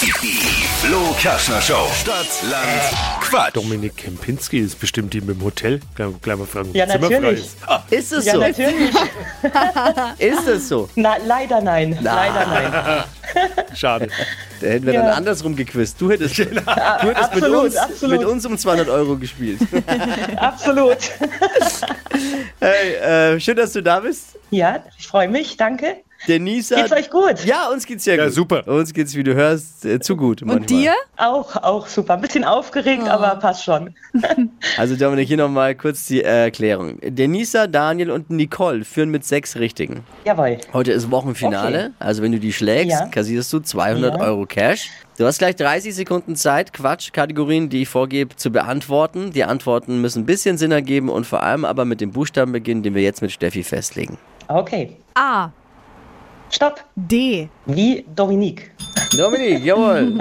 Die Flo Kaschner Show. Stadt, Land, Quatsch. Dominik Kempinski ist bestimmt die mit dem Hotel. Gleich gleich mal fragen, ob Ja, Zimmer frei natürlich. ist. Ah, Ist es Ja, so? natürlich. Ist es so? Na, leider nein. Leider nein. schade. Da hätten wir Ja. dann andersrum gequizt. Du hättest, du hättest mit, absolut, uns, absolut. mit uns um 200 Euro gespielt. Absolut. hey, äh, schön, dass du da bist. Ja, ich freue mich. Danke. Denisa. Geht's euch gut? Ja, uns geht's sehr Ja, gut. super. Uns geht's, wie du hörst, äh, zu gut. Und dir? Auch, auch super. Ein bisschen aufgeregt, aber passt schon. Also Dominik, hier nochmal kurz die äh, Erklärung. Denisa, Daniel und Nicole führen mit sechs Richtigen. Jawohl. Heute ist Wochenfinale. Also wenn du die schlägst, Ja. kassierst du 200 Ja. Euro Cash. Du hast gleich 30 Sekunden Zeit, Quatschkategorien, die ich vorgebe, zu beantworten. Die Antworten müssen ein bisschen Sinn ergeben und vor allem aber mit dem Buchstaben beginnen, den wir jetzt mit Steffi festlegen. Okay. A. Stopp. D. Wie Dominik. Dominik, jawohl.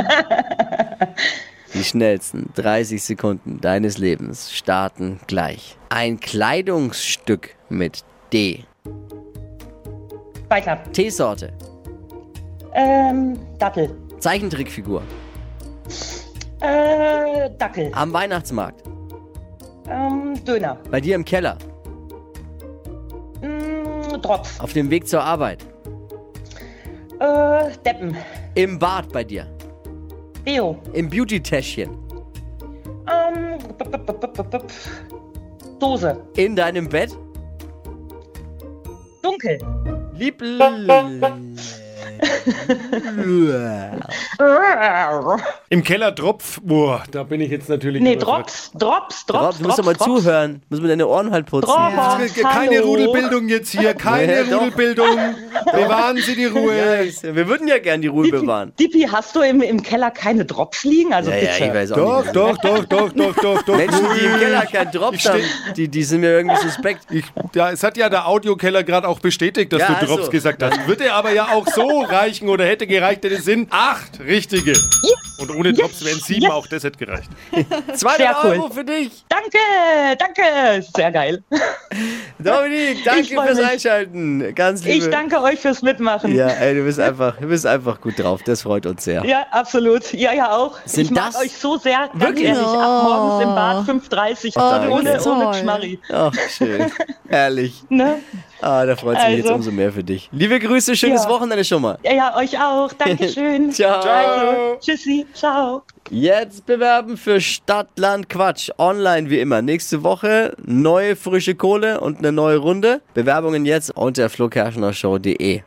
Die schnellsten 30 Sekunden deines Lebens starten gleich. Ein Kleidungsstück mit D. Weiter. Teesorte. Ähm, Dattel. Zeichentrickfigur. Äh, Dackel. Am Weihnachtsmarkt. Ähm, Döner. Bei dir im Keller. Mm, Tropf. Auf dem Weg zur Arbeit. Äh, Deppen. Im Bad bei dir. Deo. Im Beauty-Täschchen. Ähm, b- b- b- b- b- b- Dose. In deinem Bett. Dunkel. Liebl. Im Keller Tropf. Boah, da bin ich jetzt natürlich. Nee, überfragt. Drops, Drops, Drops, Drops, Drops. du musst doch mal Drops. zuhören. Musst mir deine Ohren halt putzen. Drops, Keine hallo. Rudelbildung jetzt hier, keine Nee, doch. Rudelbildung. Bewahren Sie die Ruhe. Wir würden ja gern die Ruhe bewahren. Dippi, hast du im, im Keller keine Drops liegen? Also Ja, ja, bitte. ich weiß auch nicht. Doch, doch, doch, doch, doch, doch, doch. Menschen, die im Keller keinen Ich Drops steh- haben, die, die sind mir irgendwie suspekt. Ich, ja, es hat ja der Audiokeller gerade auch bestätigt, dass Ja, du Drops also. gesagt hast. Würde aber ja auch so reichen oder hätte gereicht, hätte es sind acht richtige. Und ohne Drops wären sieben, Yes. auch das hätte gereicht. 200 cool. Euro für dich. Danke, danke. Sehr geil. Dominik, danke Ich freu fürs mich. Einschalten. Ganz liebe. Ich danke euch fürs Mitmachen. Ja, ey, du bist einfach, du bist einfach gut drauf. Das freut uns sehr. Ja, absolut. Ja, ja, auch. Sind ich mag das- euch so sehr. Ganz Wirklich? ehrlich, ab morgens im Bad 5.30 Oh, ohne, danke. ohne Toll. Schmarri. Ach, schön. Herrlich. Ne? Ah, da freut sich mich jetzt Also. umso mehr für dich. Liebe Grüße, schönes Ja. Wochenende schon mal. Ja, ja, euch auch. Dankeschön. Ciao. Also, tschüssi. Ciao. Jetzt bewerben für Stadtland Quatsch. Online wie immer. Nächste Woche neue frische Kohle und eine neue Runde. Bewerbungen jetzt unter flokerschnershow.de.